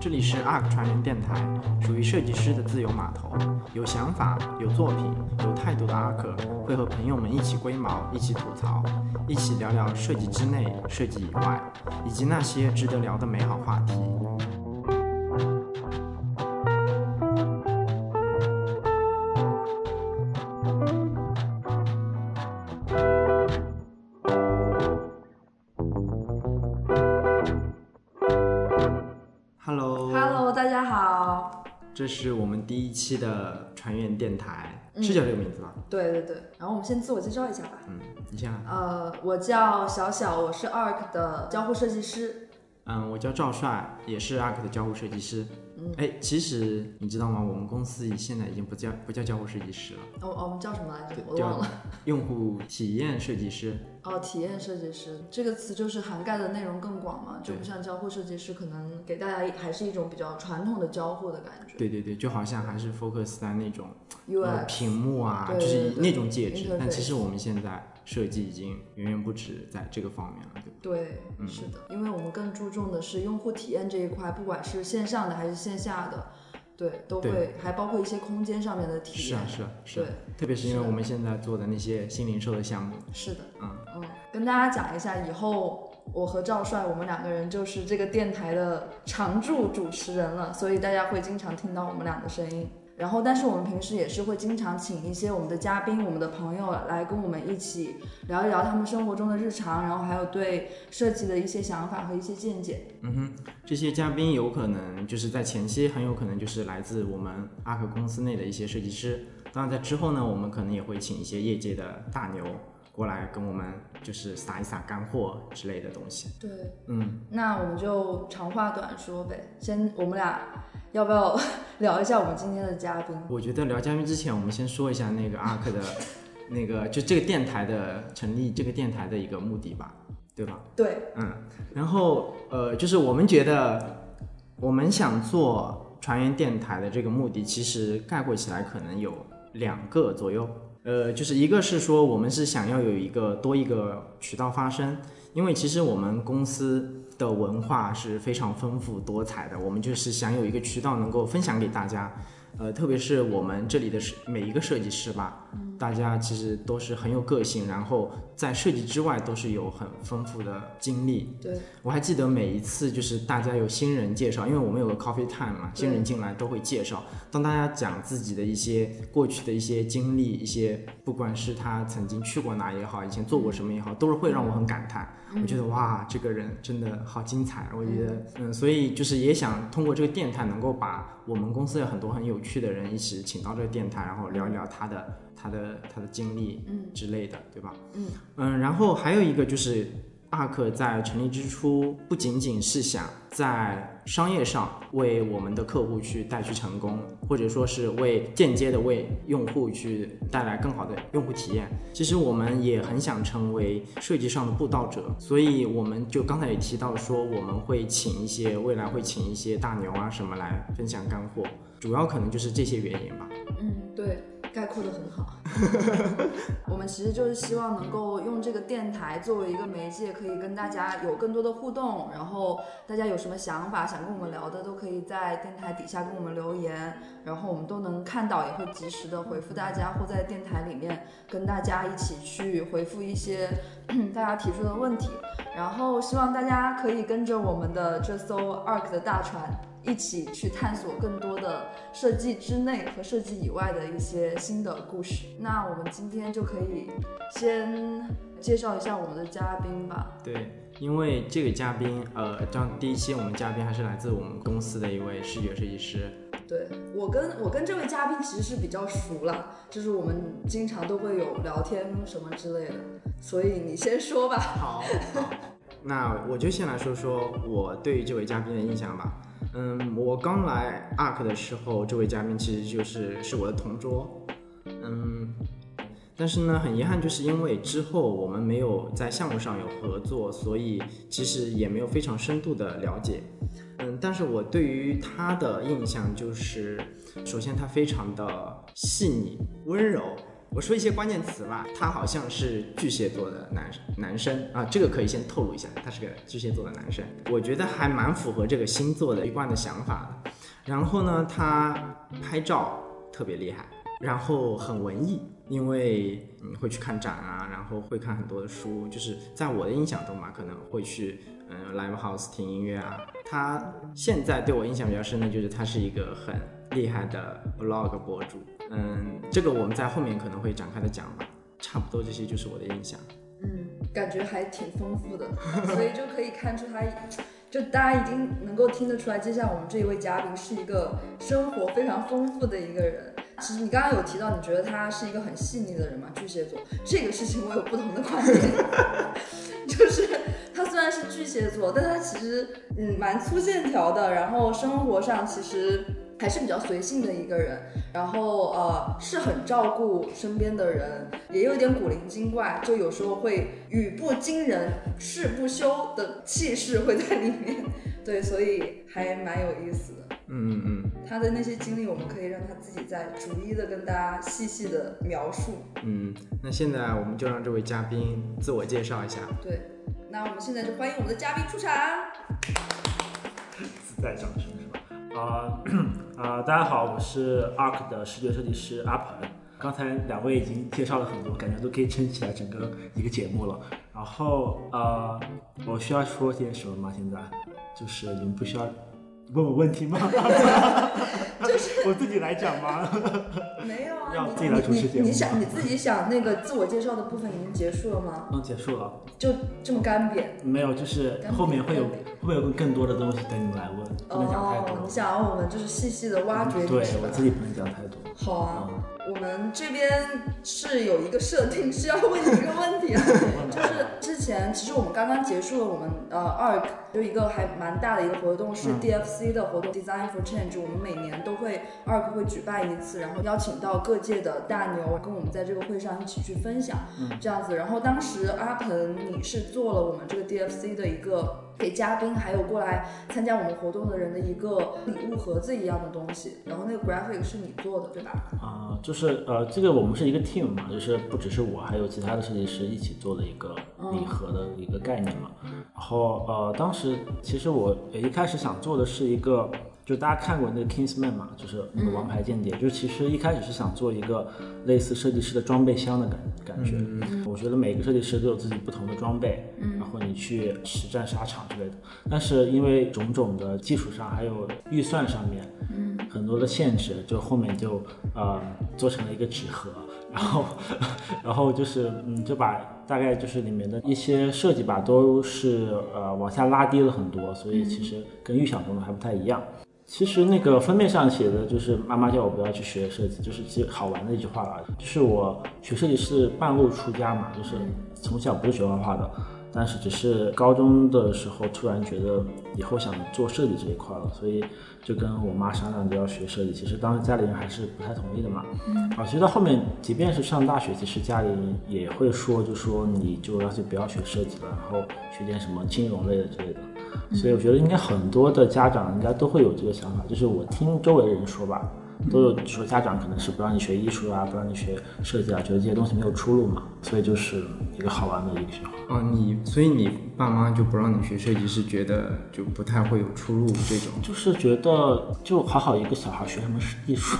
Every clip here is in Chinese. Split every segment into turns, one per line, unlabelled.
这里是 ARC 传人电台，属于设计师的自由码头。有想法、有作品、有态度的 ARC 会和朋友们一起龟毛，一起吐槽，一起聊聊设计之内、设计以外，以及那些值得聊的美好话题。Hello，,
Hello，大家好。
这是我们第一期的船员电台，是叫这个名字吧？
对对对，然后我们先自我介绍一下吧。
嗯，你先来。
呃，我叫小小，我是 ARC 的交互设计师。
嗯，我叫赵帅，也是 ARC 的交互设计师。
嗯
哎，其实你知道吗？我们公司现在已经不叫不叫交互设计师了，
哦哦，我们叫什么来着？我都忘
叫
了。
用户体验设计师。
哦，体验设计师这个词就是涵盖的内容更广嘛，就
对
不像交互设计师，可能给大家还是一种比较传统的交互的感觉。
对对对，就好像还是 focus 在那种呃
UI，
屏幕啊，
对
就是
对
以
对
那种介质。
interface
但其实我们现在设计已经远远不止在这个方面了，对吧？
对，
嗯
是的，因为我们更注重的是用户体验这一块，不管是线上的还是线下的，对，都会
对
还包括一些空间上面的体
是
验。
啊是啊是啊
对，，
特别是因为
是的
我们现在做的那些新零售的项目，
是的。
嗯，
嗯，跟大家讲一下，以后我和赵帅我们两个人就是这个电台的常驻主持人了，所以大家会经常听到我们俩的声音。然后，但是我们平时也是会经常请一些我们的嘉宾、我们的朋友来跟我们一起聊一聊他们生活中的日常，然后还有对设计的一些想法和一些见解。
嗯哼，这些嘉宾有可能就是在前期很有可能就是来自我们阿克公司内的一些设计师，当然在之后呢，我们可能也会请一些业界的大牛过来跟我们就是撒一撒干货之类的东西。
对，
嗯，
那我们就长话短说呗，先我们俩要不要 聊一下我们今天的嘉宾？
我觉得聊嘉宾之前，我们先说一下那个阿克的，那个就这个电台的成立，这个电台的一个目的吧，对吧？
对，
嗯，然后呃，就是我们觉得我们想做船员电台的这个目的，其实概括起来可能有两个左右。呃，就是一个是说我们是想要有一个多一个渠道发声，因为其实我们公司的文化是非常丰富多彩的，我们就是想有一个渠道能够分享给大家。呃，特别是我们这里的设每一个设计师吧，大家其实都是很有个性，然后在设计之外都是有很丰富的经历，
对，
我还记得每一次就是大家有新人介绍，因为我们有个 coffee time 嘛，
对
新人进来都会介绍。当大家讲自己的一些过去的一些经历，一些不管是他曾经去过哪也好，以前做过什么也好，都是会让我很感叹。我觉得哇，这个人真的好精彩。我觉得，嗯，所以就是也想通过这个电台，能够把我们公司的很多很有趣的人一起请到这个电台，然后聊一聊他的他的他的经历，
嗯
之类的，对吧？
嗯
嗯，然后还有一个就是阿克在成立之初，不仅仅是想在商业上为我们的客户去带去成功，或者说是为间接的为用户去带来更好的用户体验。其实我们也很想成为设计上的布道者，所以我们就刚才也提到说，我们会请一些未来会请一些大牛啊什么来分享干货，主要可能就是这些原因吧。
嗯，对，概括的很好。 我们其实就是希望能够用这个电台作为一个媒介，可以跟大家有更多的互动。然后大家有什么想法想跟我们聊的，都可以在电台底下跟我们留言，然后我们都能看到，也会及时的回复大家，或在电台里面跟大家一起去回复一些 大家提出的问题。然后希望大家可以跟着我们的这艘 ARC 的大船，一起去探索更多的设计之内和设计以外的一些新的故事。那我们今天就可以先介绍一下我们的嘉宾吧。
对，因为这个嘉宾，呃，这样第一期我们嘉宾还是来自我们公司的一位视觉设计师，
对我跟我跟这位嘉宾其实是比较熟了，就是我们经常都会有聊天什么之类的，所以你先说吧。
好，那我就先来说说我对于这位嘉宾的印象吧。嗯，我刚来 ARK 的时候，这位嘉宾其实就是是我的同桌。嗯，但是呢，很遗憾，就是因为之后我们没有在项目上有合作，所以其实也没有非常深度的了解。嗯，但是我对于他的印象就是，首先他非常的细腻、温柔，我说一些关键词吧，他好像是巨蟹座的男男生啊，这个可以先透露一下，他是个巨蟹座的男生，我觉得还蛮符合这个星座的一贯的想法的。然后呢，他拍照特别厉害，然后很文艺，因为嗯会去看展啊，然后会看很多的书，就是在我的印象中吧，可能会去嗯 live house 听音乐啊。他现在对我印象比较深的就是他是一个很厉害的 vlog 博主，嗯，这个我们在后面可能会展开的讲吧。差不多这些就是我的印象。
嗯，感觉还挺丰富的， 所以就可以看出他，就大家已经能够听得出来，接下来我们这一位嘉宾是一个生活非常丰富的一个人。其实你刚刚有提到，你觉得他是一个很细腻的人嘛？巨蟹座这个事情我有不同的观点，就是他虽然是巨蟹座，但他其实嗯蛮粗线条的，然后生活上其实还是比较随性的一个人。然后呃是很照顾身边的人，也有点古灵精怪，就有时候会语不惊人誓不休的气势会在里面，对，所以还蛮有意思的。
嗯嗯嗯
他的那些经历，我们可以让他自己再逐一的跟大家细细的描述。
嗯，那现在我们就让这位嘉宾自我介绍一下。
对，那我们现在就欢迎我们的嘉宾出场。
自带掌声是吧？啊、 啊、大家好，我是 ARK 的视觉设计师阿鹏。刚才两位已经介绍了很多，感觉都可以撑起来整个一个节目了。然后呃，我需要说些什么吗？现在就是你们不需要问我问题 吗？就是我自己来讲 吗？
没有啊，
让
你
自己来主持
你
节
你
目
你想你自己想那个自我介绍的部分已经结束了吗？
嗯，结束了。
就这么干瘪？
没有，就是后面会有会有更多的东西等你们来问，不能讲太
哦，
多嗯
你。想要我们就是细细的挖掘你
对
是吧
我自己不能讲太多。
好啊
嗯，
我们这边是有一个设定是要问你一个问题啊，就是之前其实我们刚刚结束了我们呃 ARC 就一个还蛮大的一个活动是
嗯
DFC 的活动、Design for Change，我们每年都会 ARC 会举办一次，然后邀请到各界的大牛跟我们在这个会上一起去分享、这样子。然后当时阿鹏你是做了我们这个 DFC 的一个。给嘉宾还有过来参加我们活动的人的一个礼物盒子一样的东西，然后那个 graphic 是你做的对吧？
啊、就是呃，这个我们是一个 team 嘛，就是不只是我，还有其他的设计师一起做的一个礼盒的一个概念嘛。然后呃，当时其实我呃一开始想做的是一个，就大家看过那个 Kingsman 嘛，就是那个王牌间谍，就其实一开始是想做一个类似设计师的装备箱的感感觉。我觉得每个设计师都有自己不同的装备，然后你去实战沙场之类的。但是因为种种的技术上还有预算上面，很多的限制，就后面就呃做成了一个纸盒，然后 然后就是嗯就把大概就是里面的一些设计吧都是呃往下拉低了很多，所以其实跟预想中的还不太一样。其实那个封面上写的就是妈妈叫我不要去学设计，就是其实好玩的一句话啦。就是我学设计是半路出家嘛，就是从小不是学画画的，但是只是高中的时候突然觉得以后想做设计这一块了，所以就跟我妈商量着要学设计。其实当时家里人还是不太同意的嘛。啊，其实到后面，即便是上大学，其实家里人也会说，就说你就干脆不要学设计了，然后学点什么金融类的之类的。所以我觉得应该很多的家长应该都会有这个想法，就是我听周围人说吧，都有说家长可能是不让你学艺术啊，不让你学设计啊，觉得这些东西没有出路嘛，所以就是一个好玩的一个循环。
哦，你所以你爸妈就不让你学设计，是觉得就不太会有出路这种。
就是觉得就好好一个小孩学什么艺 术，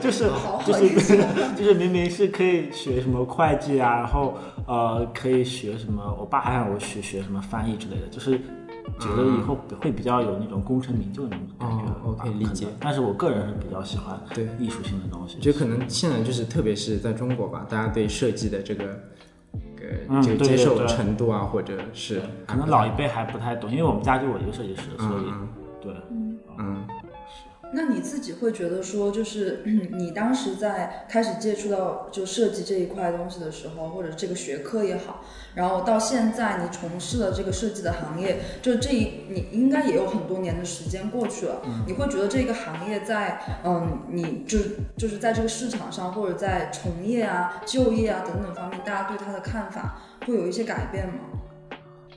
就是
好
就
好一个
是 就是明明是可以学什么会计啊，然后呃可以学什么，我爸还让我去学什么翻译之类的，就是觉得以后会比较有那种功成名就的那种感觉吧。
嗯哦，OK，理解
可能但是我个人是比较喜欢
对
艺术性的东西
我，觉得可能现在就是，特别是在中国吧，大家对设计的这个，呃，
嗯
这个接
对对
受
对
程度啊，或者是
可能老一辈还不太懂，因为我们家就我一个设计师，所以
嗯
对。
嗯，
那你自己会觉得说，就是 你当时在开始接触到就设计这一块东西的时候，或者这个学科也好，然后到现在你从事了这个设计的行业，就这一你应该也有很多年的时间过去了，你会觉得这个行业在嗯，你就就是在这个市场上或者在从业啊、就业啊等等方面，大家对它的看法会有一些改变吗？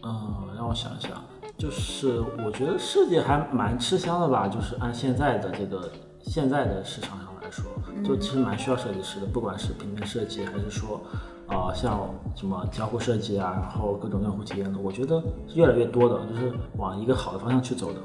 嗯，让我想一想，就是我觉得设计还蛮吃香的吧，就是按现在的这个现在的市场上来说，就其实蛮需要设计师的，不管是平面设计还是说，呃，像什么交互设计啊，然后各种用户体验的，我觉得是越来越多的，就是往一个好的方向去走的。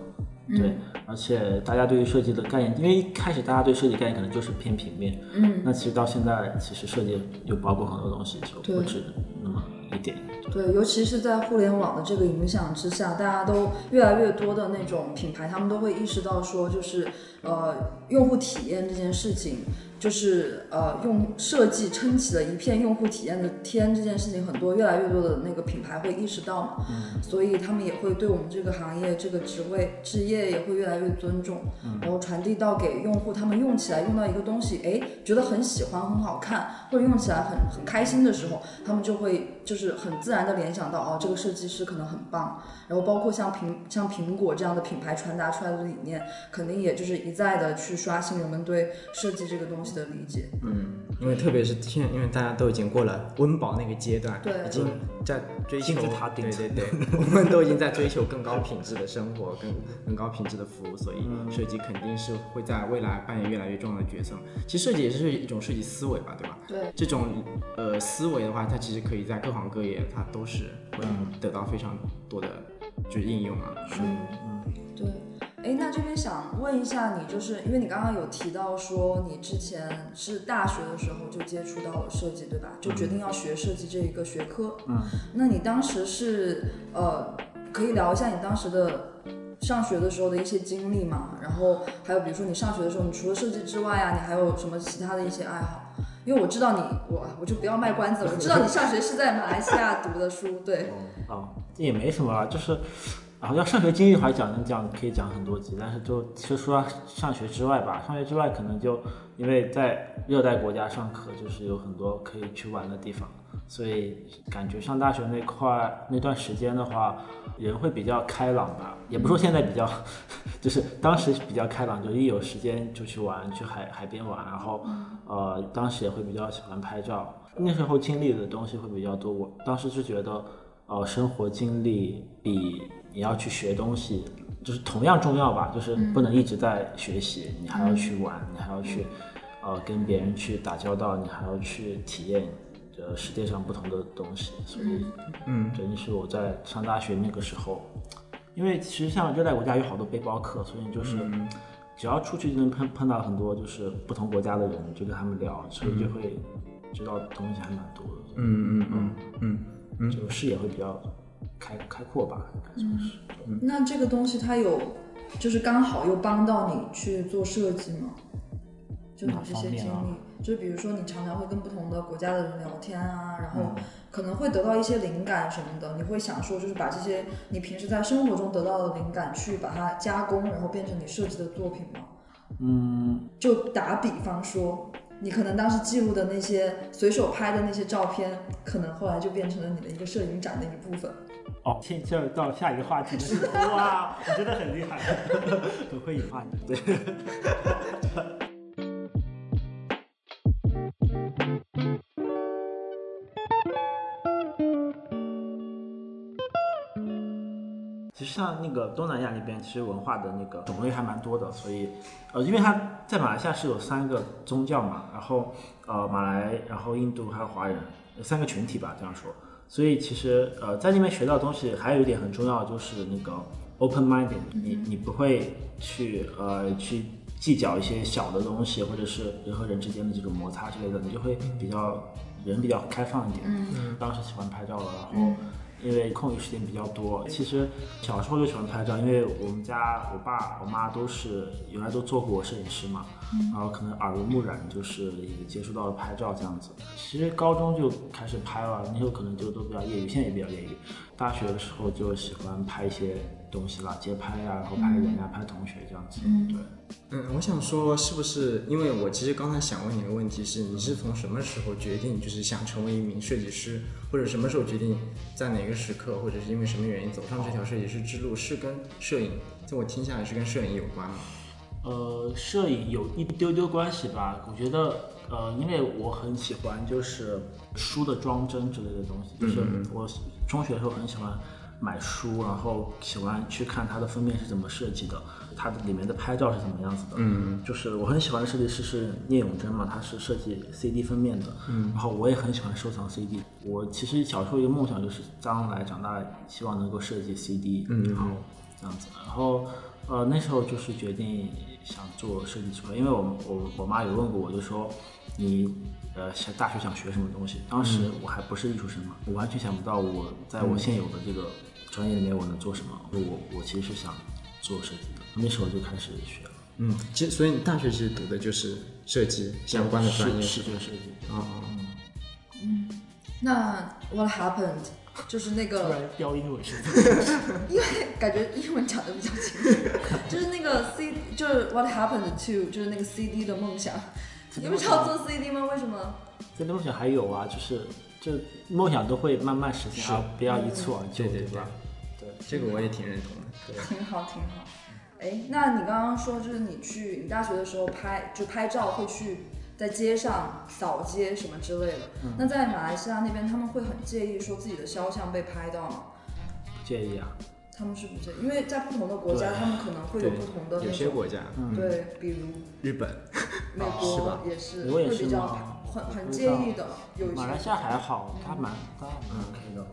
嗯
对，而且大家对于设计的概念，因为一开始大家对设计概念可能就是偏平面，
嗯，
那其实到现在，其实设计又包括很多东西，就不
对
止那么一点。
对，尤其是在互联网的这个影响之下，大家都越来越多的那种品牌，他们都会意识到说，就是呃，用户体验这件事情，就是呃，用设计撑起了一片用户体验的天这件事情，很多越来越多的那个品牌会意识到嘛，所以他们也会对我们这个行业、这个职位、职业也会越来越尊重，然后传递到给用户，他们用起来用到一个东西，哎，觉得很喜欢、很好看，或者用起来很很开心的时候，他们就会就是很自然的联想到哦，这个设计师可能很棒。然后包括像苹像苹果这样的品牌传达出来的理念，肯定也就是一再的去刷新人们对设计这个东西的理解。
因为特别是现在，因为大家都已经过了温饱那个阶段，
对
已经在追求
金字塔顶
对
层
对对，我们都已经在追求更高品质的生活，更更高品质的服务，所以设计肯定是会在未来扮演越来越重要的角色。其实设计也是一种设计思维吧，对吧？
对，
这种呃思维的话，它其实可以在各行各业，它都是会得到非常多的就是应用啊。
对，哎，那这边想问一下你，就是因为你刚刚有提到说你之前是大学的时候就接触到了设计，对吧？就决定要学设计这一个学科。
嗯，
那你当时是呃，可以聊一下你当时的。上学的时候的一些经历嘛，然后还有比如说你上学的时候，你除了设计之外啊，你还有什么其他的一些爱好？因为我知道你，我我就不要卖关子了，我知道你上学是在马来西亚读的书，对，
哦，这也没什么啦，就是，啊，要上学经历的话讲能讲可以讲很多集，但是就其实说到上学之外吧，上学之外可能就因为在热带国家上课，就是有很多可以去玩的地方，所以感觉上大学那块那段时间的话，人会比较开朗吧，也不说现在比较， 就是当时比较开朗，就一有时间就去玩，去海海边玩，然后呃，当时也会比较喜欢拍照。那时候经历的东西会比较多，我当时是觉得，呃，生活经历比你要去学东西，就是同样重要吧，就是不能一直在学习，你还要去玩，你还要去，呃，跟别人去打交道，你还要去体验，呃，世界上不同的东西，所以，
嗯，
真的是我在上大学那个时候，因为其实像热带国家有好多背包客，所以你就是。只要出去就能碰碰到很多就是不同国家的人，就跟他们聊，所以就会知道的东西还蛮多的。
嗯嗯嗯嗯嗯
就视野会比较开开阔吧，应该算是。
那这个东西它有，就是刚好又帮到你去做设计吗？就你这些经
哪方
历，
面啊
就比如说你常常会跟不同的国家的人聊天啊，然
嗯
后可能会得到一些灵感什么的，你会想说就是把这些你平时在生活中得到的灵感去把它加工，然后变成你设计的作品吗？
嗯，
就打比方说。你可能当时记录的那些随手拍的那些照片，可能后来就变成了你的一个摄影展的一部分。
哦，现在到下一个话题了。 哇，你真的很厉 害，很会引话题。对。其实像那个东南亚那边，其实文化的那个种类还蛮多的，所以，呃，因为它在马来西亚是有三个宗教嘛，然后呃马来，然后印度还有华人呃三个群体吧，这样说，所以其实呃在那边学到的东西还有一点很重要，就是那个 open minded，你你不会去呃去计较一些小的东西，或者是人和人之间的这种摩擦之类的，你就会比较人比较开放一点。当时喜欢拍照了，啊然后因为空余时间比较多，其实小时候就喜欢拍照，因为我们家我爸我妈都是原来都做过摄影师嘛，然后可能耳濡目染，就是也接触到了拍照这样子。其实高中就开始拍了，那时候可能就都比较业余，现在也比较业余。大学的时候就喜欢拍一些东西啦，街拍啊，然后拍人啊，拍同学这样子。对，
嗯，我想说，是不是因为我其实刚才想问你的问题是，你是从什么时候决定就是想成为一名设计师，或者什么时候决定在哪个时刻，或者是因为什么原因走上这条设计师之路，是跟摄影，就我听下来是跟摄影有关吗？
呃，摄影有一丢丢关系吧。我觉得，呃，因为我很喜欢就是书的装帧之类的东西，就是我中学的时候很喜欢买书，然后喜欢去看它的封面是怎么设计的，它的里面的拍照是怎么样子的。嗯，就是我很喜欢的设计师是聂永贞嘛，他是设计 CD 封面的。嗯，然后我也很喜欢收藏 CD。我其实小时候一个梦想就是将来长大希望能够设计 CD，
嗯
然后这样子，然后。呃，那时候就是决定想做设计出来，因为我我我妈有问过我，就说你呃想大学想学什么东西？当
嗯
时我还不是艺术生嘛，我完全想不到我在我现有的这个专业里面我能做什么。我我其实是想做设计的，那时候就开始学了
嗯，其实所以你大学其实读的就是设计相关的专业
视视觉设计。
啊，哦
那 What happened？就是那
突
个，
然飙英文 是吗？
因为感觉英文讲的比较清楚，就是那个 C，就是 What happened to，就是那个 CD 的梦想。你们知道做 CD 吗？为什么？
这梦想还有啊，就是这梦想都会慢慢实现啊，不要一蹴而就，
对对对
吧？对，
这个我也挺认同的。
挺好，挺好。
嗯
哎，那你刚刚说就是你去你大学的时候拍，就拍照会去在街上扫街什么之类的。
嗯
那在马来西亚那边，他们会很介意说自己的肖像被拍到吗？
不介意啊。
他们是不介意，因为在不同的国家，
对
他们可能会有
对
不同的那种。
有些国嗯家，
对，比如
日本，
美
啊
是
国
吧
也是
美国也
会
是
比较
吗
很很
不
介
知道
意的，有一
马
些
来西亚还好，它蛮它蛮 OK 的。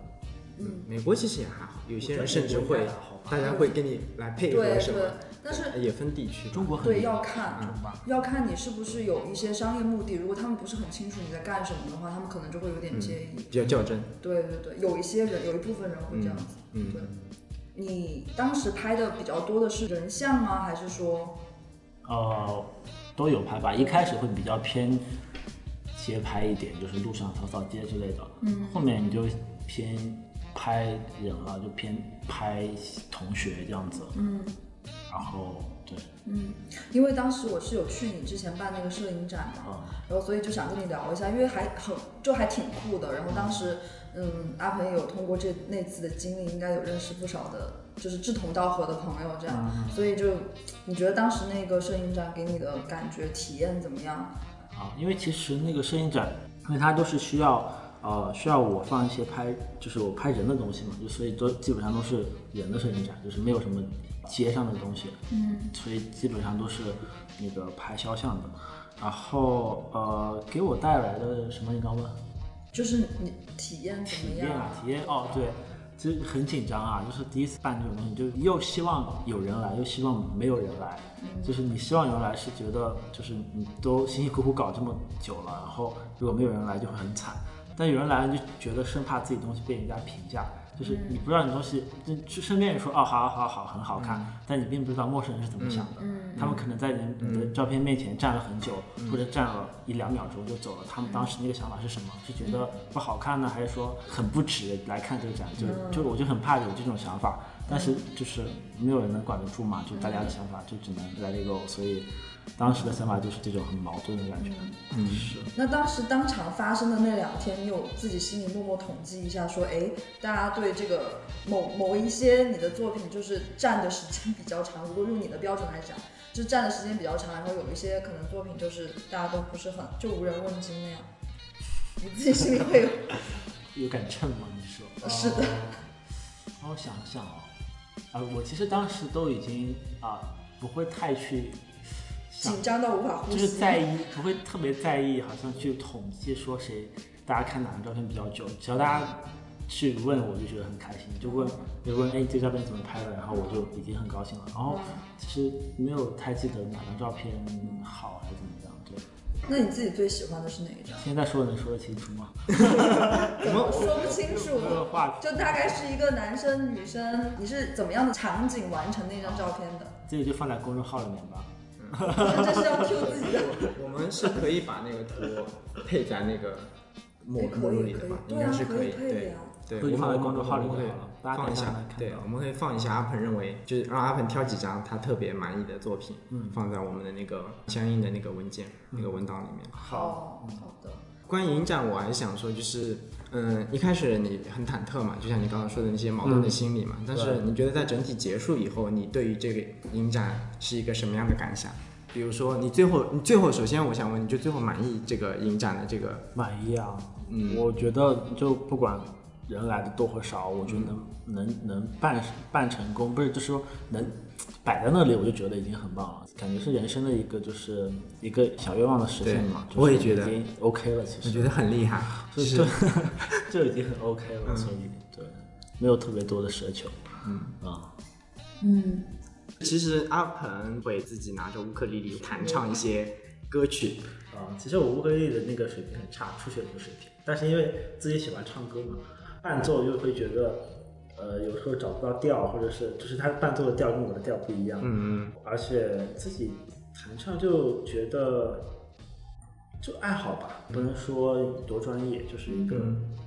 嗯，美国其实也还好，有些人甚至会
我觉得美国也还好吧，
大家会跟你来配合
对
什
对
么，，
但是
也分地区吧。
中国很
对要看。
中吧，
要看你是不是有一些商业目的，如果他们不是很清楚你在干什么的话，他们可能就会有点介
嗯
意。
比较较真，
对对对，有一些人，有一部分人会这样子。
嗯
对，你当时拍的比较多的是人像吗？还是说
呃，都有拍吧。一开始会比较偏街拍一点，就是路上扫扫街之类的。嗯，后面你就偏拍人了，就偏拍同学这样子。嗯，然后对
因为当时我是有去你之前办那个摄影展嘛，
啊、
然后所以就想跟你聊一下，因为还很就还挺酷的。然后当时，嗯，阿鹏也有通过这那次的经历，应该有认识不少的，就是志同道合的朋友这样。
嗯
所以就你觉得当时那个摄影展给你的感觉体验怎么样？
啊，因为其实那个摄影展，因为它都是需要呃需要我放一些拍，就是我拍人的东西嘛，就所以都基本上都是人的摄影展，就是没有什么街上的东西，嗯，所以基本上都是那个拍肖像的。然后呃，给我带来的什么？你刚问？
就是你体验怎么
体验
样
啊？，体验哦，对，其实很紧张啊，就是第一次办这种东西，就是又希望有人来，又希望没有人来，就是你希望有人来是觉得就是你都辛辛苦苦搞这么久了，然后如果没有人来就会很惨，但有人来了就觉得生怕自己东西被人家评价。就是你不知道你东西，就就身边人说哦，好好好，很好看，但你并不知道陌生人是怎么想的。他们可能在你你的照片面前站了很久，或者站了一两秒钟就走了。他们当时那个想法是什么？是觉得不好看呢，还是说很不值来看这个展？就就我就很怕有这种想法，但是就是没有人能管得住嘛，就大家的想法就只能来这个，所以当时的想法就是这种很矛盾的感觉。嗯，是。
那当时当场发生的那两天，你有自己心里默默统计一下，说，哎，大家对这个某某一些你的作品，就是站的时间比较长。如果用你的标准来讲，就站的时间比较长，然后有一些可能作品就是大家都不是很，就无人问津那样。你自己心里 会有，
有杆秤吗？你说？
呃是的
哦。让我想想哦，啊，我其实当时都已经啊，不会太去想
紧，张到无法呼
就
吸。
是在意，不会特别在意，好像去统计说谁大家看哪张照片比较久，只要大家去问我就觉得很开心，就问就问哎这照片怎么拍的，然后我就已经很高兴了。然后其实没有太记得哪张照片好还是怎么样。对，
那你自己最喜欢的是哪一张？
现在说能说得清楚吗？
怎么说不清楚
这个话
就大概是一个男生女生，你是怎么样的场景完成那张照片的？
这个就放在公众号里面吧。
这是要 Q 自己的。
我们是可以把那个图配在那个目
哎可以
目录里的吧，
可以
应该是
对
以，
啊可以配的
对
呀
对，
可以
我
放
们
在公众号里
我们
面
会
好了大家
放一
可以慢
下
慢，看
对
到，
我们会放一下阿鹏认为就是让阿鹏挑几张他特别满意的作品，嗯，放在我们的那个相应的那个文件那个文档里面。
哦好
嗯
好的，
关于影展，我还想说，就是，嗯，一开始你很忐忑嘛，就像你刚刚说的那些矛盾的心理嘛。但是你觉得在整体结束以后，你对于这个影展是一个什么样的感想？比如说，你最后，你最后，首先我想问，你就最后满意这个影展的这个，
满意啊，
嗯
我觉得就不管人来的多或少，我觉得能、能能办办成功，不是就是说能摆在那里，我就觉得已经很棒了，感觉是人生的一个就是一个小愿望的实现嘛。
对
就是
我也觉得
已经 OK 了，其
我
实
觉得很厉害，
就
就是
就 就已经很 OK 了，
嗯
所以对没有特别多的奢求，嗯啊，
嗯，
其实阿鹏会自己拿着乌克丽丽弹唱一些歌曲，
啊，其实我乌克丽丽的那个水平很差，初学的水平，但是因为自己喜欢唱歌嘛，伴奏又会觉得，呃，有时候找不到调，或者是就是它伴奏的调跟我的调不一样，
嗯，
而且自己弹唱就觉得就爱好吧，不能说多专业，就是一个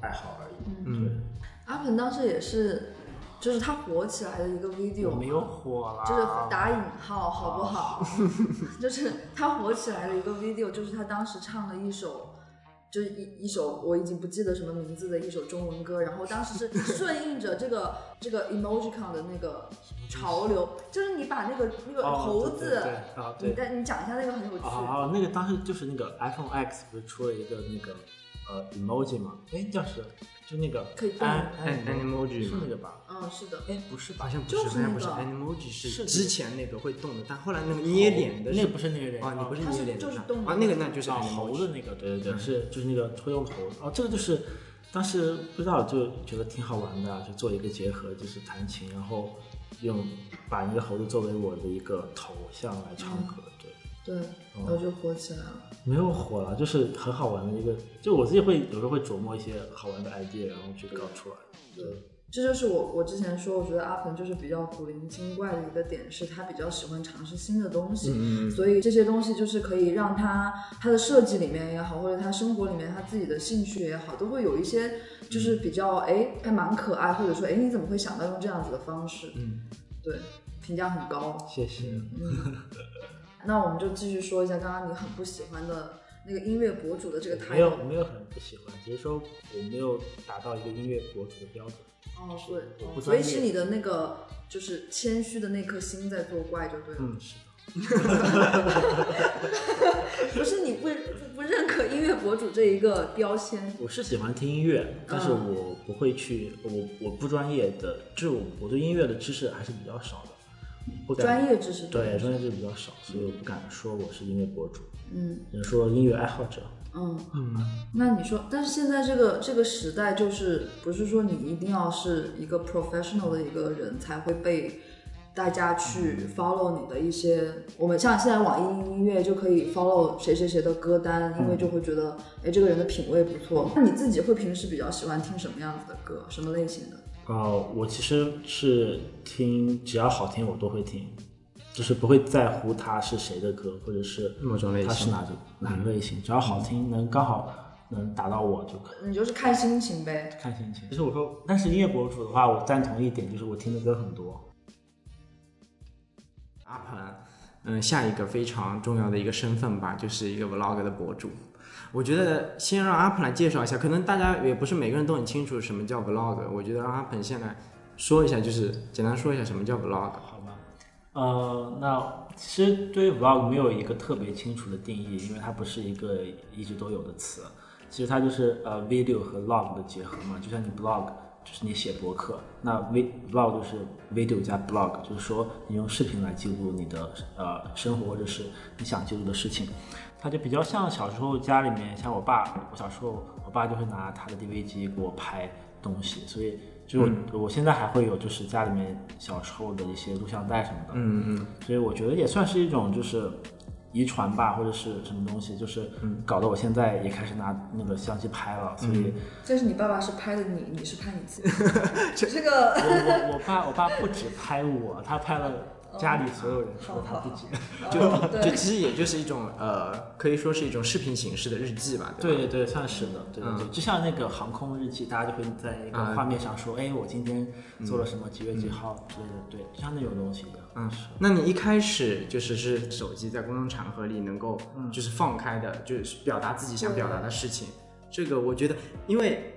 爱好而已。嗯，
阿鹏当时也是，就是他火起来的一个 video，嘛
有火啊哦啦
就是打引号好不 好？ 就是他火起来的一个 video，就是他当时唱了一首，就是一一首我已经不记得什么名字的一首中文歌，然后当时 是顺应着这个这个 emojicon 的那个潮流，就是你把那个那个
哦
猴子，
啊
你再你讲一下那个很有趣，
哦，那个当时就是那个 iPhone X 不是出了一个那个呃 emoji 吗？哎，叫什么？就那个
可以动
安
哎 Animoji
是那个吧？
嗯，是的，
哎，不是吧？
好像不，
就是
好像
那
不是
个
Animoji
是
是
的
之前那个会动的，但后来那个捏脸的
哦那
是
个不是那个人哦
啊，你不是
它是
捏脸
就是
吧
动的
啊，那个嗯那就是
啊猴
Animoji
的那个，对对对，是就是那个抽用猴哦，这个就是当时不知道就觉得挺好玩的啊，就做一个结合，就是弹琴，然后用把一个猴子作为我的一个头像来唱
嗯
歌，对，嗯
对，然后就火起来了。
没有火了，就是很好玩的一个，就我自己会有时候会琢磨一些好玩的 idea，然后去搞出来，
哦这就是我我之前说，我觉得阿鹏就是比较古灵精怪的一个点，是他比较喜欢尝试新的东西，
嗯
嗯
所以这些东西就是可以让他他的设计里面也好，或者他生活里面他自己的兴趣也好，都会有一些
嗯
就是比较哎还蛮可爱，或者说哎你怎么会想到用这样子的方式？
嗯，
对，评价很 高。嗯
谢谢。
那我们就继续说一下刚刚你很不喜欢的那个音乐博主的这个态
没有
度。
没有很不喜欢，只是说我没有达到一个音乐博主的标准。
哦，对
我不，
所
专业
以是你的那个就是谦虚的那颗心在作怪，就对了。
嗯，是的。
不是你不不不认可音乐博主这一个标签，
我是喜欢听音乐，但是
嗯
我不会去，我我不专业的，就是我我对音乐的知识还是比较少的，不敢
专业知识
对专业知识比较少，所以我不敢说我是音乐博主，
嗯
只能说音乐爱好者。
嗯嗯。那你说，但是现在这个这个时代，就是不是说你一定要是一个 professional 的一个人才会被大家去 follow 你的一些，我们像现在网易云音乐就可以 follow 谁谁谁的歌单，因为就会觉得，哎，这个人的品味不错。那你自己会平时比较喜欢听什么样子的歌，什么类型的？
呃，我其实是听只要好听我都会听，就是不会在乎它是谁的歌，或者是
某种类型
它是哪种哪个类型，只要好听能刚好能达到我就可以。
你就是看心情呗。
看心情。其实我说，但是音乐博主的话，我赞同一点，就是我听的歌很多，
阿鹏，嗯，下一个非常重要的一个身份吧，就是一个 vlog 的博主。我觉得先让阿鹏来介绍一下，可能大家也不是每个人都很清楚什么叫 vlog。我觉得让阿鹏先来说一下，就是简单说一下什么叫 vlog。
好吗？呃，那其实对于 vlog 没有一个特别清楚的定义，因为它不是一个一直都有的词。其实它就是呃 video 和 log 的结合嘛，就像你 blog 就是你写博客，那 v vlog 就是 video 加 blog，就是说你用视频来记录你的呃生活或者是你想记录的事情。它就比较像小时候家里面，像我爸，我小时候我爸就会拿他的 DV 机给我拍东西，所以就
嗯
我、我现在还会有就是家里面小时候的一些录像带什么的，
嗯嗯，
所以我觉得也算是一种就是遗传吧，或者是什么东西，就是
嗯
搞得我现在也开始拿那个相机拍了，所以
但是你爸爸是拍的你，你是拍你自己， 这个
我我我爸我爸不止拍我，他拍了家里所有人，除了他自己。
就
哦
就
对
其实也就是一种呃，可以说是一种视频形式的日记吧，嗯对吧？
对对对，算是的，对对对，就像那个航空日记，大家就会在那
嗯
个画面上说，哎，我今天做了什么，几月几号之类的，对，就像那种东西一样。
嗯，那你一开始就是是手机在公众场合里能够就是放开的，就是表达自己想表达的事情。这个我觉得，因为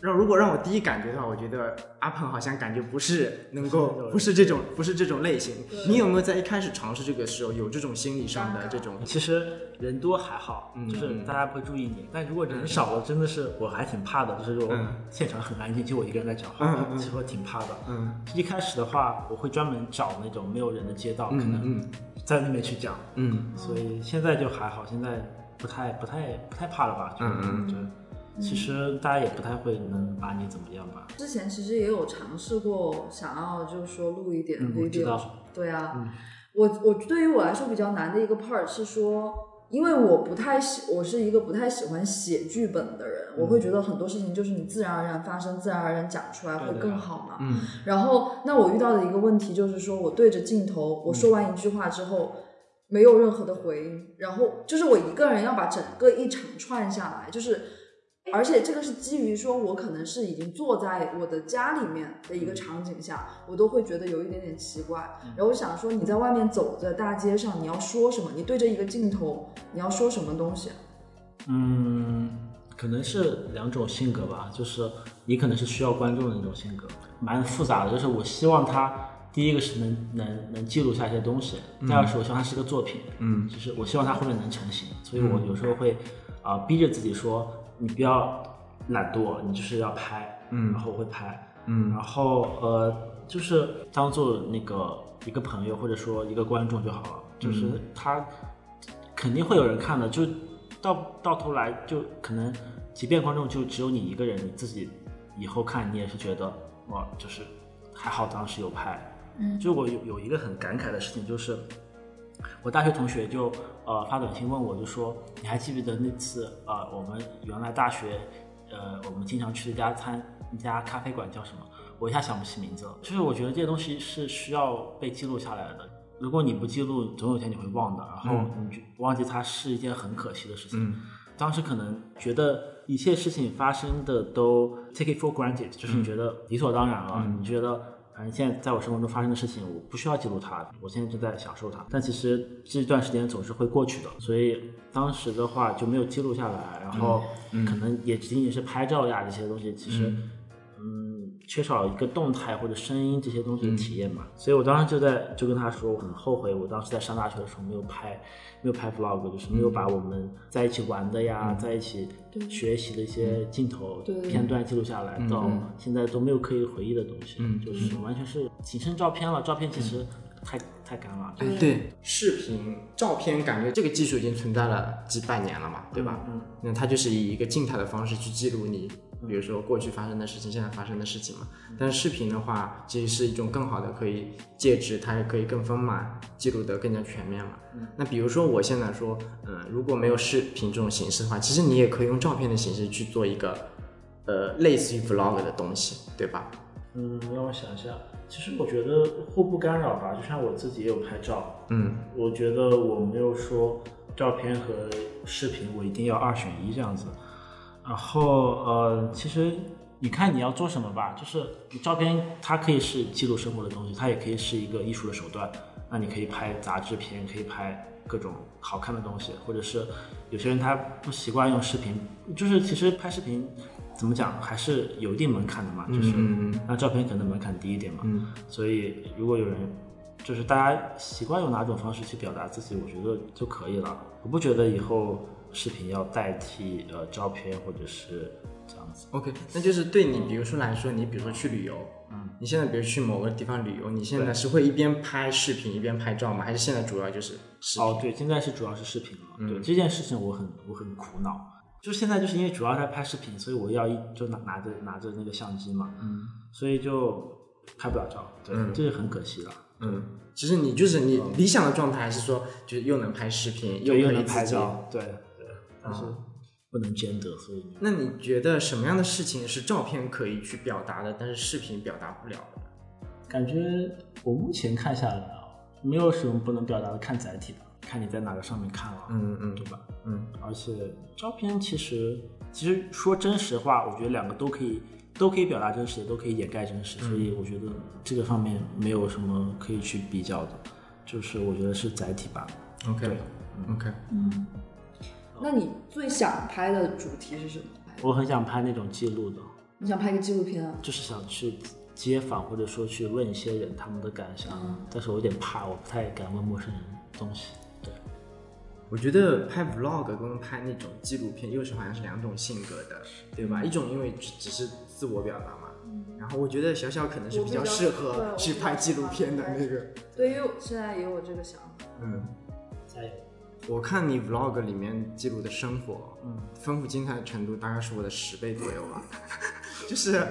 让如果让我第一感觉的话，我觉得阿胖好像感觉不是能 够不
不
是这种不是这种类型
对。
你有没有在一开始尝试这个时候有这种心理上的这种？
其实人多还好，
嗯
就是
嗯
大家不会注意你。但如果人少了，真的是我还挺怕的，就是我
嗯
现场很安静，就我一个人在讲
嗯
话
嗯，
其实我挺怕的。
嗯
一开始的话，我会专门找那种没有人的街道，可能
嗯
在那边去讲。
嗯
所以现在就还好，现在不太不太不太怕了吧？就
嗯嗯
就其实大家也不太会能把你怎么样吧？
之前其实也有尝试过，想要就是说录一点
嗯我
video，、
知道
对啊，
嗯
我我对于我来说比较难的一个 part 是说。因为我不太喜，我是一个不太喜欢写剧本的人，我会
嗯
觉得很多事情就是你自然而然发生，自然而然讲出来
对
会
的
更
呀
好嘛。
嗯
然后，那我遇到的一个问题就是说，我对着镜头，我说完一句话之后，没有任何的回应，然后就是我一个人要把整个一场串下来，就是，而且这个是基于说我可能是已经坐在我的家里面的一个场景下，我都会觉得有一点点奇怪。然后我想说，你在外面走着大街上，你要说什么？你对着一个镜头，你要说什么东西啊？
嗯，可能是两种性格吧，就是你可能是需要观众的那种性格，蛮复杂的。就是我希望他第一个是能能能记录下一些东西，第二个是我希望它是个作品，
嗯
就是我希望它后面能成型，所以我有时候会啊、逼着自己说，你不要懒惰，你就是要拍，
嗯
然后我会拍，
嗯
然后呃，就是当做那个一个朋友或者说一个观众就好了，就是他肯定会有人看的，就到到头来就可能，即便观众就只有你一个人，你自己以后看你也是觉得哇，就是还好当时有拍。
嗯
就我有有一个很感慨的事情，就是我大学同学就呃发短信问我，就说你还记不记得那次呃我们原来大学呃我们经常去的一家餐一家咖啡馆叫什么？我一下想不起名字了。就是我觉得这些东西是需要被记录下来的，如果你不记录，总有一天你会忘的，然后你就忘记它是一件很可惜的事情。
嗯
当时可能觉得一切事情发生的都 take it for granted，就是你觉得理所当然了，你觉得反正现在在我生活中发生的事情，我不需要记录它，我现在就在享受它。但其实这段时间总是会过去的，所以当时的话就没有记录下来，然后
嗯
可能也仅仅是拍照呀这些东西，其实嗯，缺少一个动态或者声音这些东
嗯
西的体验嘛，所以我当时就在就跟他说，我很后悔，我当时在上大学的时候没有拍，没有拍 vlog，就是
嗯
没有把我们在一起玩的呀，在一起
对
学习的一
嗯
些镜头
对
片段记录下来，到现在都没有可以回忆的东西，
嗯
就是完全是仅剩照片了，照片其实太、太干了，
哎对，视频、照片，感觉这个技术已经存在了几百年了嘛，对吧？
嗯，
那它就是以一个静态的方式去记录你，比如说过去发生的事情，现在发生的事情嘛。但是视频的话，其实是一种更好的可以介质，它也可以更丰满，记录得更加全面嘛。那比如说我现在说，嗯、如果没有视频这种形式的话，其实你也可以用照片的形式去做一个，呃，类似于 vlog 的东西，对吧？
嗯，让我想一下，其实我觉得互不干扰吧，就像我自己也有拍照，
嗯
我觉得我没有说照片和视频我一定要二选一这样子。然后呃，其实你看你要做什么吧，就是你照片它可以是记录生活的东西，它也可以是一个艺术的手段。那你可以拍杂志片，可以拍各种好看的东西，或者是有些人他不习惯用视频，就是其实拍视频怎么讲还是有一定门槛的嘛，就是、
嗯嗯
那照片可能门槛低一点嘛。
嗯
所以如果有人就是大家习惯用哪种方式去表达自己，我觉得就可以了。我不觉得以后视频要代替呃照片或者是这样子。
OK，那就是对你，比如说来说，你比如说去旅游，
嗯，
你现在比如去某个地方旅游，你现在是会一边拍视频一边拍照吗？还是现在主要就是视频？
哦，对，现在是主要是视频了。
嗯
对这件事情，我很我很苦恼。就现在就是因为主要在拍视频，所以我要一就拿拿着拿着那个相机嘛，
嗯
所以就拍不了照。对，
嗯
这是很可惜了。
嗯，其实你就是你理想的状态还是说，就是又能拍视频，
对，又
可以
能
自
拍
己。嗯
照，对对，但是不能兼得，所以
那你觉得什么样的事情是照片可以去表达的，但是视频表达不了的？
感觉我目前看下来啊，没有什么不能表达的，看载体吧，看你在哪个上面看了、
嗯嗯
对吧？
嗯
而且照片其实，其实说真实话，我觉得两个都可以，都可以表达真实，也都可以掩盖真实，所以我觉得这个方面没有什么可以去比较的，就是我觉得是载体吧。
嗯，OK
对
OK，
嗯，那你最想拍的主题是什么？
我很想拍那种记录的，
你想拍一个纪录片啊？
就是想去街访或者说去问一些人他们的感想，
嗯
但是我有点怕，我不太敢问陌生人东西。对，
我觉得拍 vlog 跟拍那种纪录片又是好像是两种性格的，对吧？一种因为只只是自我表达嘛，然后我觉得小小可能是
我
比
比
较
较
适
嗯对
合
我
去
比
拍
较
纪
喜
录
欢
片的
拍
那个，
对，因为我现在也有这个想法。
嗯。
加油！
我看你 vlog 里面记录的生活，
嗯，
丰富精彩的程度大概是我的十倍左右 吧。就是，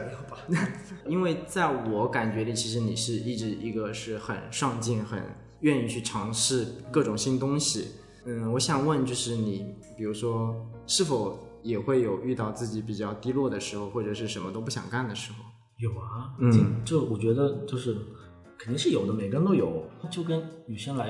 因为在我感觉里，其实你是一直一个是很上进、很愿意去尝试各种新东西。嗯，我想问，就是你，比如说，是否也会有遇到自己比较低落的时候，或者是什么都不想干的时候？
有啊，
嗯
嗯，就我觉得就是肯定是有的，每个人都有，就跟女生来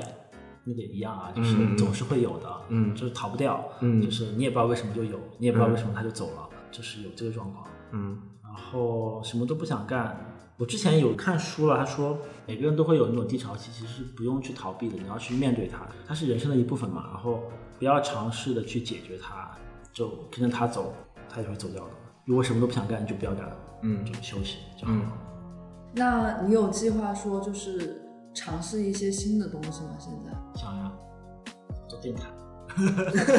那个一样啊，就是
嗯嗯嗯
总是会有的，
嗯
就是逃不掉，
嗯
就是你也不知道为什么就有，你也不知道为什么他就走了，就是有这个状况。
嗯
然后什么都不想干。我之前有看书了，他说每个人都会有那种低潮期，其实是不用去逃避的，你要去面对它，它是人生的一部分嘛。然后不要尝试的去解决它，就跟着它走，它也会走掉的。如果什么都不想干，就不要干了，
嗯
就休息就好了。
那你有计划说就是尝试一些新的东西吗？现在？
想呀，做电台。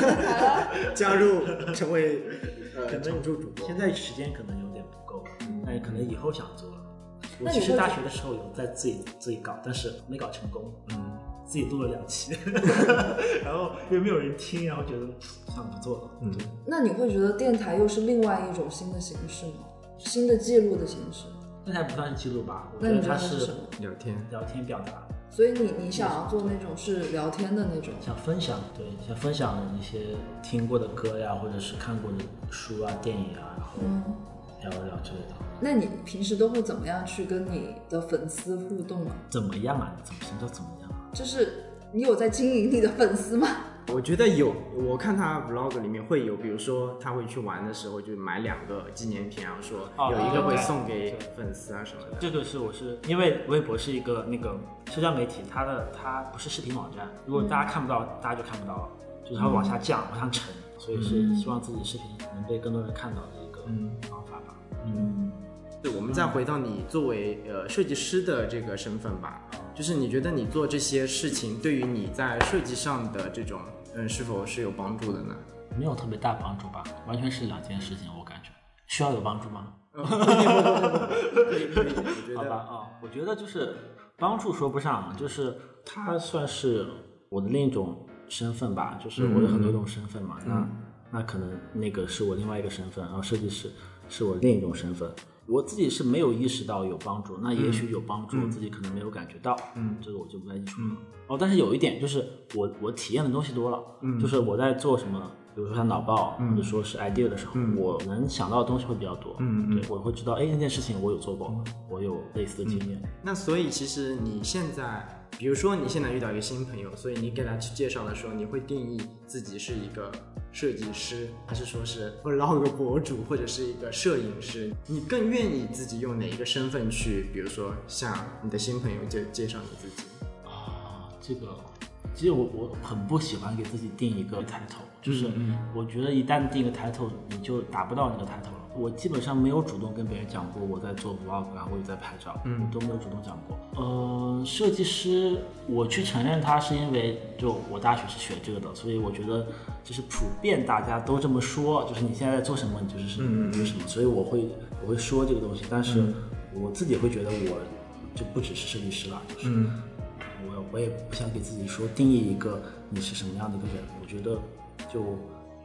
加入成为呃常驻主播
现在时间可能有点不够，但可能以后想做了。我
嗯那你
其实
会
大
觉
学的时候有在自己自己搞，但是没搞成功。
嗯，
自己录了两 期，然后又没有人听，然后觉得算了不做了。
嗯
那你会觉得电台又是另外一种新的形式吗？新的记录的形式？
那还不算是记录吧？我
那
觉
你
得
觉得
它
它是
是
什么
聊天，
聊天表达，
所以你你想要做那种是聊天的那种？
想分享，对，想分享一些听过的歌呀，或者是看过的书啊、电影啊，然后
嗯，
聊一聊之类的。
那你平时都会怎么样去跟你的粉丝互动啊？
怎么样啊？怎么什么叫怎么样啊？
就是你有在经营你的粉丝吗？
我觉得有，我看他 vlog 里面会有，比如说他会去玩的时候就买两个纪念品，然后说
哦
有一个会送给
对对
粉丝啊什么的。
这个是我是因为微博是一个那个社交媒体，它的它不是视频网站，如果大家看不到，大家就看不到了，就是它会往下降、往上沉，所以是希望自己的视频能被更多人看到的一个
嗯
方法吧。
嗯，
对，我们再回到你作为呃设计师的这个身份吧，
哦
就是你觉得你做这些事情对于你在设计上的这种嗯是否是有帮助的 呢？
没有特别大帮助吧，完全是两件事情，我感觉需要有帮助吗？
可以可以，我觉
好吧，
得
啊、我觉得就是帮助说不上，啊就是它算是我的另一种身份吧，就是我有很多种身份嘛，
嗯
那那可能那个是我另外一个身份，然后设计师是我另一种身份。我自己是没有意识到有帮助，那也许有帮助，我自己可能没有感觉到，
嗯
这个我就不太清楚了。哦，但是有一点就是我我体验的东西多了，
嗯
就是我在做什么，比如说像脑爆、
嗯
或者说是 idea 的时候，
嗯
我能想到的东西会比较多，
嗯嗯
对，我会知道，哎，那件事情我有做过，我有类似的经验。
那所以其实你现在，比如说你现在遇到一个新朋友，所以你给他去介绍的时候，你会定义自己是一个设计师，还是说是 vlog 博主，或者是一个摄影师？你更愿意自己用哪一个身份去，比如说向你的新朋友介介绍你自己？
啊，这个，其实我我很不喜欢给自己定一个 title，就是
嗯
我觉得一旦定一个 title，你就达不到那个 title 了。我基本上没有主动跟别人讲过我在做 vlog 啊，我有在拍照，
嗯
都没有主动讲过。呃，设计师，我去承认他是因为就我大学是学这个的，所以我觉得就是普遍大家都这么说，就是你现在在做什么，你就是什么，
嗯嗯嗯
你就是什么，所以我会我会说这个东西，但是
嗯
我自己会觉得我就不只是设计师了，就是。
嗯
我我也不想给自己说定义一个你是什么样的一个人，我觉得就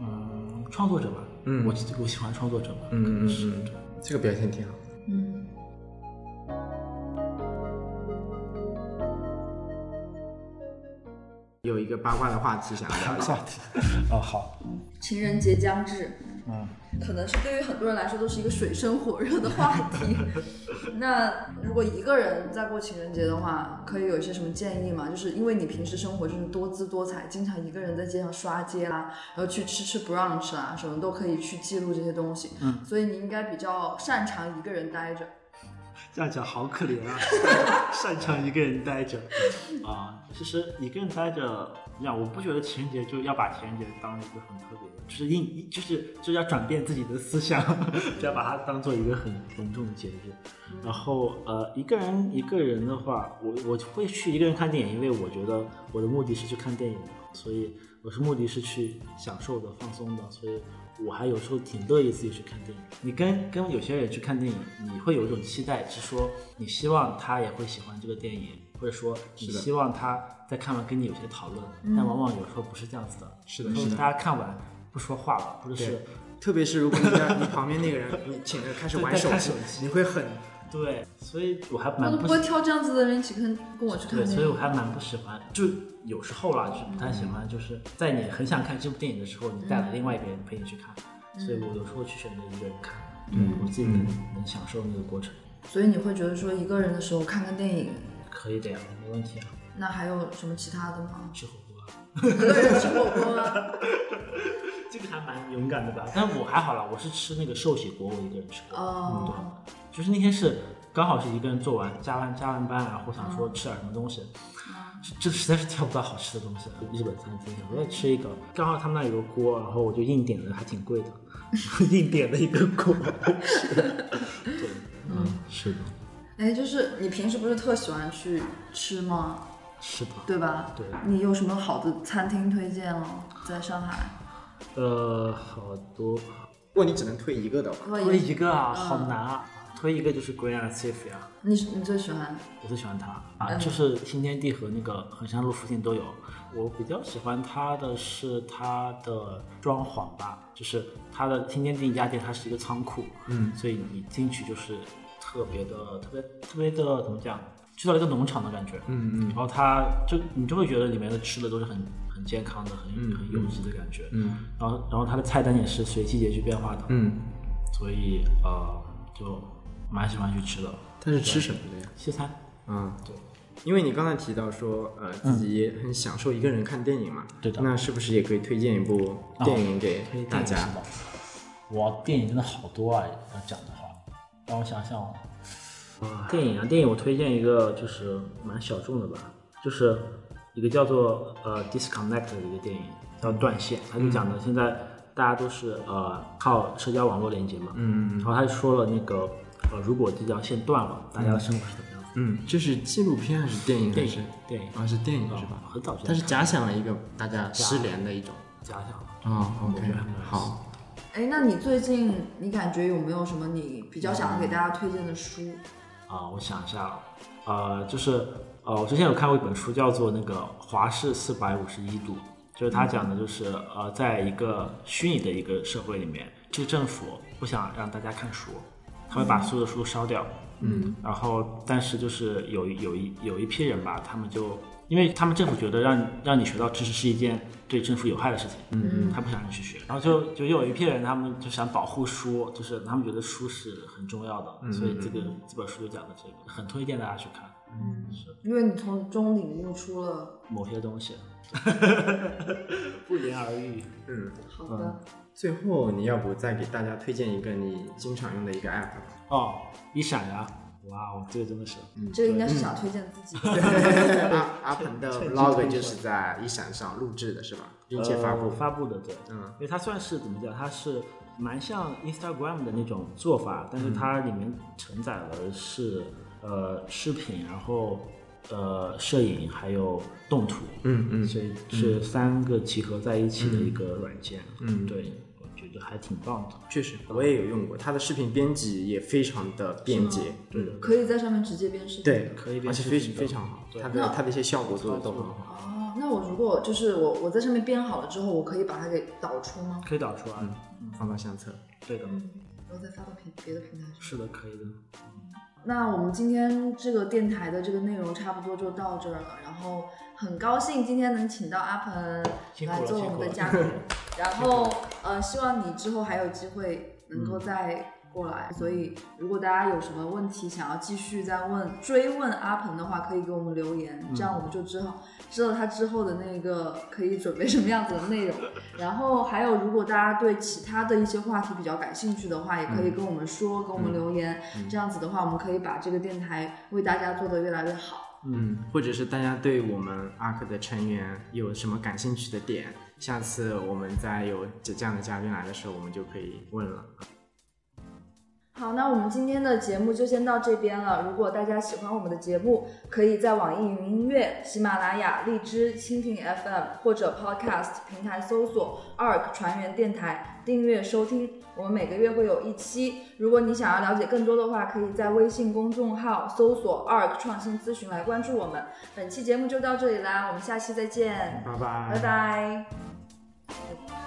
嗯创作者吧，
嗯
我我喜欢创作者吧，
嗯
可
嗯
能是
嗯，这个表现挺好。
嗯，
有一个八卦的话题想 聊一下，
哦好，
情人节将至，
嗯，
可能是对于很多人来说都是一个水深火热的话 题。那如果一个人在过情人节的话，可以有一些什么建议吗？就是因为你平时生活就是多姿多彩，经常一个人在街上刷街啦、然后去吃吃 brunch 啊，什么都可以去记录这些东西。嗯，所以你应该比较擅长一个人待着。
这样讲好可怜 啊，擅长一个人待着。
啊、其实一个人待着，让我不觉得情人节就要把情人节当一个很特别的，就是应就是就是要转变自己的思想， 不要把它当做一个很隆重的节日。然后呃，一个人一个人的话，我我会去一个人看电影，因为我觉得我的目的是去看电影，所以我是目的是去享受的、放松的，所以我还有时候挺乐意自己去看电影。你跟跟有些人去看电影，你会有一种期待，是说你希望他也会喜欢这个电影，或者说你
是的嗯
希望他在看完跟你有些讨论，但往往有时候不是这样子的。
是的
有时候
是的
大家看完不说话了，或者是
对特别是如果你让你旁边那个人你请着开始玩手
在看
机
手，机
你会很
对，所以我还
我
蛮
都
不
不会挑这样子的人一起跟跟我去看
对，
电
所以我
影。
还蛮不喜欢，就有时候啦，就不太喜欢，就是在你很想看这部电影的时候，你带了另外一个人陪你去看，所以我有时候去选择一个人看，嗯，我自己能、能享受那个过程，
所以你会觉得说一个人的时候看看电影，
可以的呀，没问题啊，？
那还有什么其他的吗
吃火锅啊，
一个人吃火锅啊，
这个还蛮勇敢的吧？但我还好啦，我是吃那个寿喜锅，我一个人吃过，
哦，
对，就是那天是刚好是一个人做完加完加完班，然后想说吃点什么东西，这实在是挑不到好吃的东西，日本餐厅想我也吃一个，刚好他们那有个锅，然后我就硬点的，还挺贵的，硬点了一个锅。对，嗯，是的，
哎，就是你平时不是特喜欢去吃吗？
是的，
对吧？
对
你有什么好的餐厅推荐哦？在上海，
呃，好多
如果你只能推一个的话，
我
推一个啊，好难啊，推一个就是啊 Green and Safe 呀、
你你最喜欢？
我最喜欢它啊，就是新天地和那个衡山路附近都有。我比较喜欢它的是它的装潢吧，就是它的新天地一家店，它是一个仓库，嗯，所以你进去就是特别的、特别、特别的怎么讲，去到一个农场的感觉，嗯嗯。然后它就你就会觉得里面的吃的都是很很健康的、很、很有机的感觉，嗯。然后然后它的菜单也是随季节去变化的，
嗯，
所以呃就蛮喜欢去吃的
它是吃什么的呀？
西餐。
嗯，对，因为你刚才提到说，呃，自己也很享受一个人看电影嘛，
对的
那是不是也可以推荐一部电影给
推荐
大家？
嗯是吧？我电影真的好多啊，要讲的话，让我想想哦。电影啊，电影我推荐一个就是蛮小众的吧，就是一个叫做呃 Disconnect 的一个电影，叫《断线》，它就讲的现在大家都是呃靠社交网络连接嘛，嗯，然后他就说了那个呃如果这条线断了，大家的生活是怎么样的？
嗯，这是纪录片还是电影？哦
电
还
影
是，
电影，哦
啊，是电影是吧？
很早就
它是假想了一个大家失联的一种。
假想，
啊、o
我觉
k
得还蛮
好。
哎，那你最近你感觉有没有什么你比较想要给大家推荐的书？
啊、我想一下，呃，就是呃，我之前有看过一本书，叫做那个《华氏四百五十一度》，就是它讲的就是呃，在一个虚拟的一个社会里面，这个政府不想让大家看书，他会把所有的书烧掉，嗯，然后但是就是有一有一有一批人吧，他们就。因为他们政府觉得让你让你学到知识是一件对政府有害的事情，嗯，他不想让你去学，然后就就有一批人，他们就想保护书，就是他们觉得书是很重要的，所以这个这本书就讲的这个，很推荐大家去看
因为你从中领悟出了。
某些东 西，不言而喻。
嗯，
好的，
最后你要不再给大家推荐一个你经常用的一个 app？
哦，一闪呀、哇哦，这个真的是，
这个应该是想推荐自己。
阿阿鹏的 vlog 就是在一闪上录制的是吧？并且发布
呃。发布的，对，
嗯，
因为它算是怎么讲，它是蛮像 Instagram 的那种做法，但是它里面承载了是、呃视频，然后呃摄影，还有动图，
嗯嗯
所以是三个集合在一起的一个软件，
嗯
对，我觉得还挺棒的。
确实，我也有用过，它的视频编辑也非常的便捷，嗯
对的，
可以在上面直接编视频。
对，
嗯可以
而
编
且
视
非
频的
非常好，
对
它的
那
它的一些效果做的都很好。
哦，那我如果就是我我在上面编好了之后，我可以把它给导出吗？
可以导出啊，
嗯放到相册。
对的，
然后再发到平别的平台上。
是的，可以的。
那我们今天这个电台的这个内容差不多就到这儿了，然后很高兴今天能请到阿鹏
辛苦了
来做我们的嘉宾，然后呃，希望你之后还有机会能够在过来。所以，如果大家有什么问题想要继续再问、追问阿鹏的话，可以给我们留言，这样我们就知道知道他之后的那个可以准备什么样子的内容。然后还有，如果大家对其他的一些话题比较感兴趣的话，也可以跟我们说，跟我们留言。这样子的话，我们可以把这个电台为大家做得越来越好。
嗯，或者是大家对我们 ARK 的成员有什么感兴趣的点，下次我们再有这这样的嘉宾来的时候，我们就可以问了。
好，那我们今天的节目就先到这边了。如果大家喜欢我们的节目，可以在网易云音乐、喜马拉雅、荔枝、蜻蜓 FM 或者 Podcast 平台搜索 “ARC 船员电台”订阅收听。我们每个月会有一期。如果你想要了解更多的话，可以在微信公众号搜索 “ARC 创新咨询”来关注我们。本期节目就到这里啦，我们下期再见，
拜拜
拜拜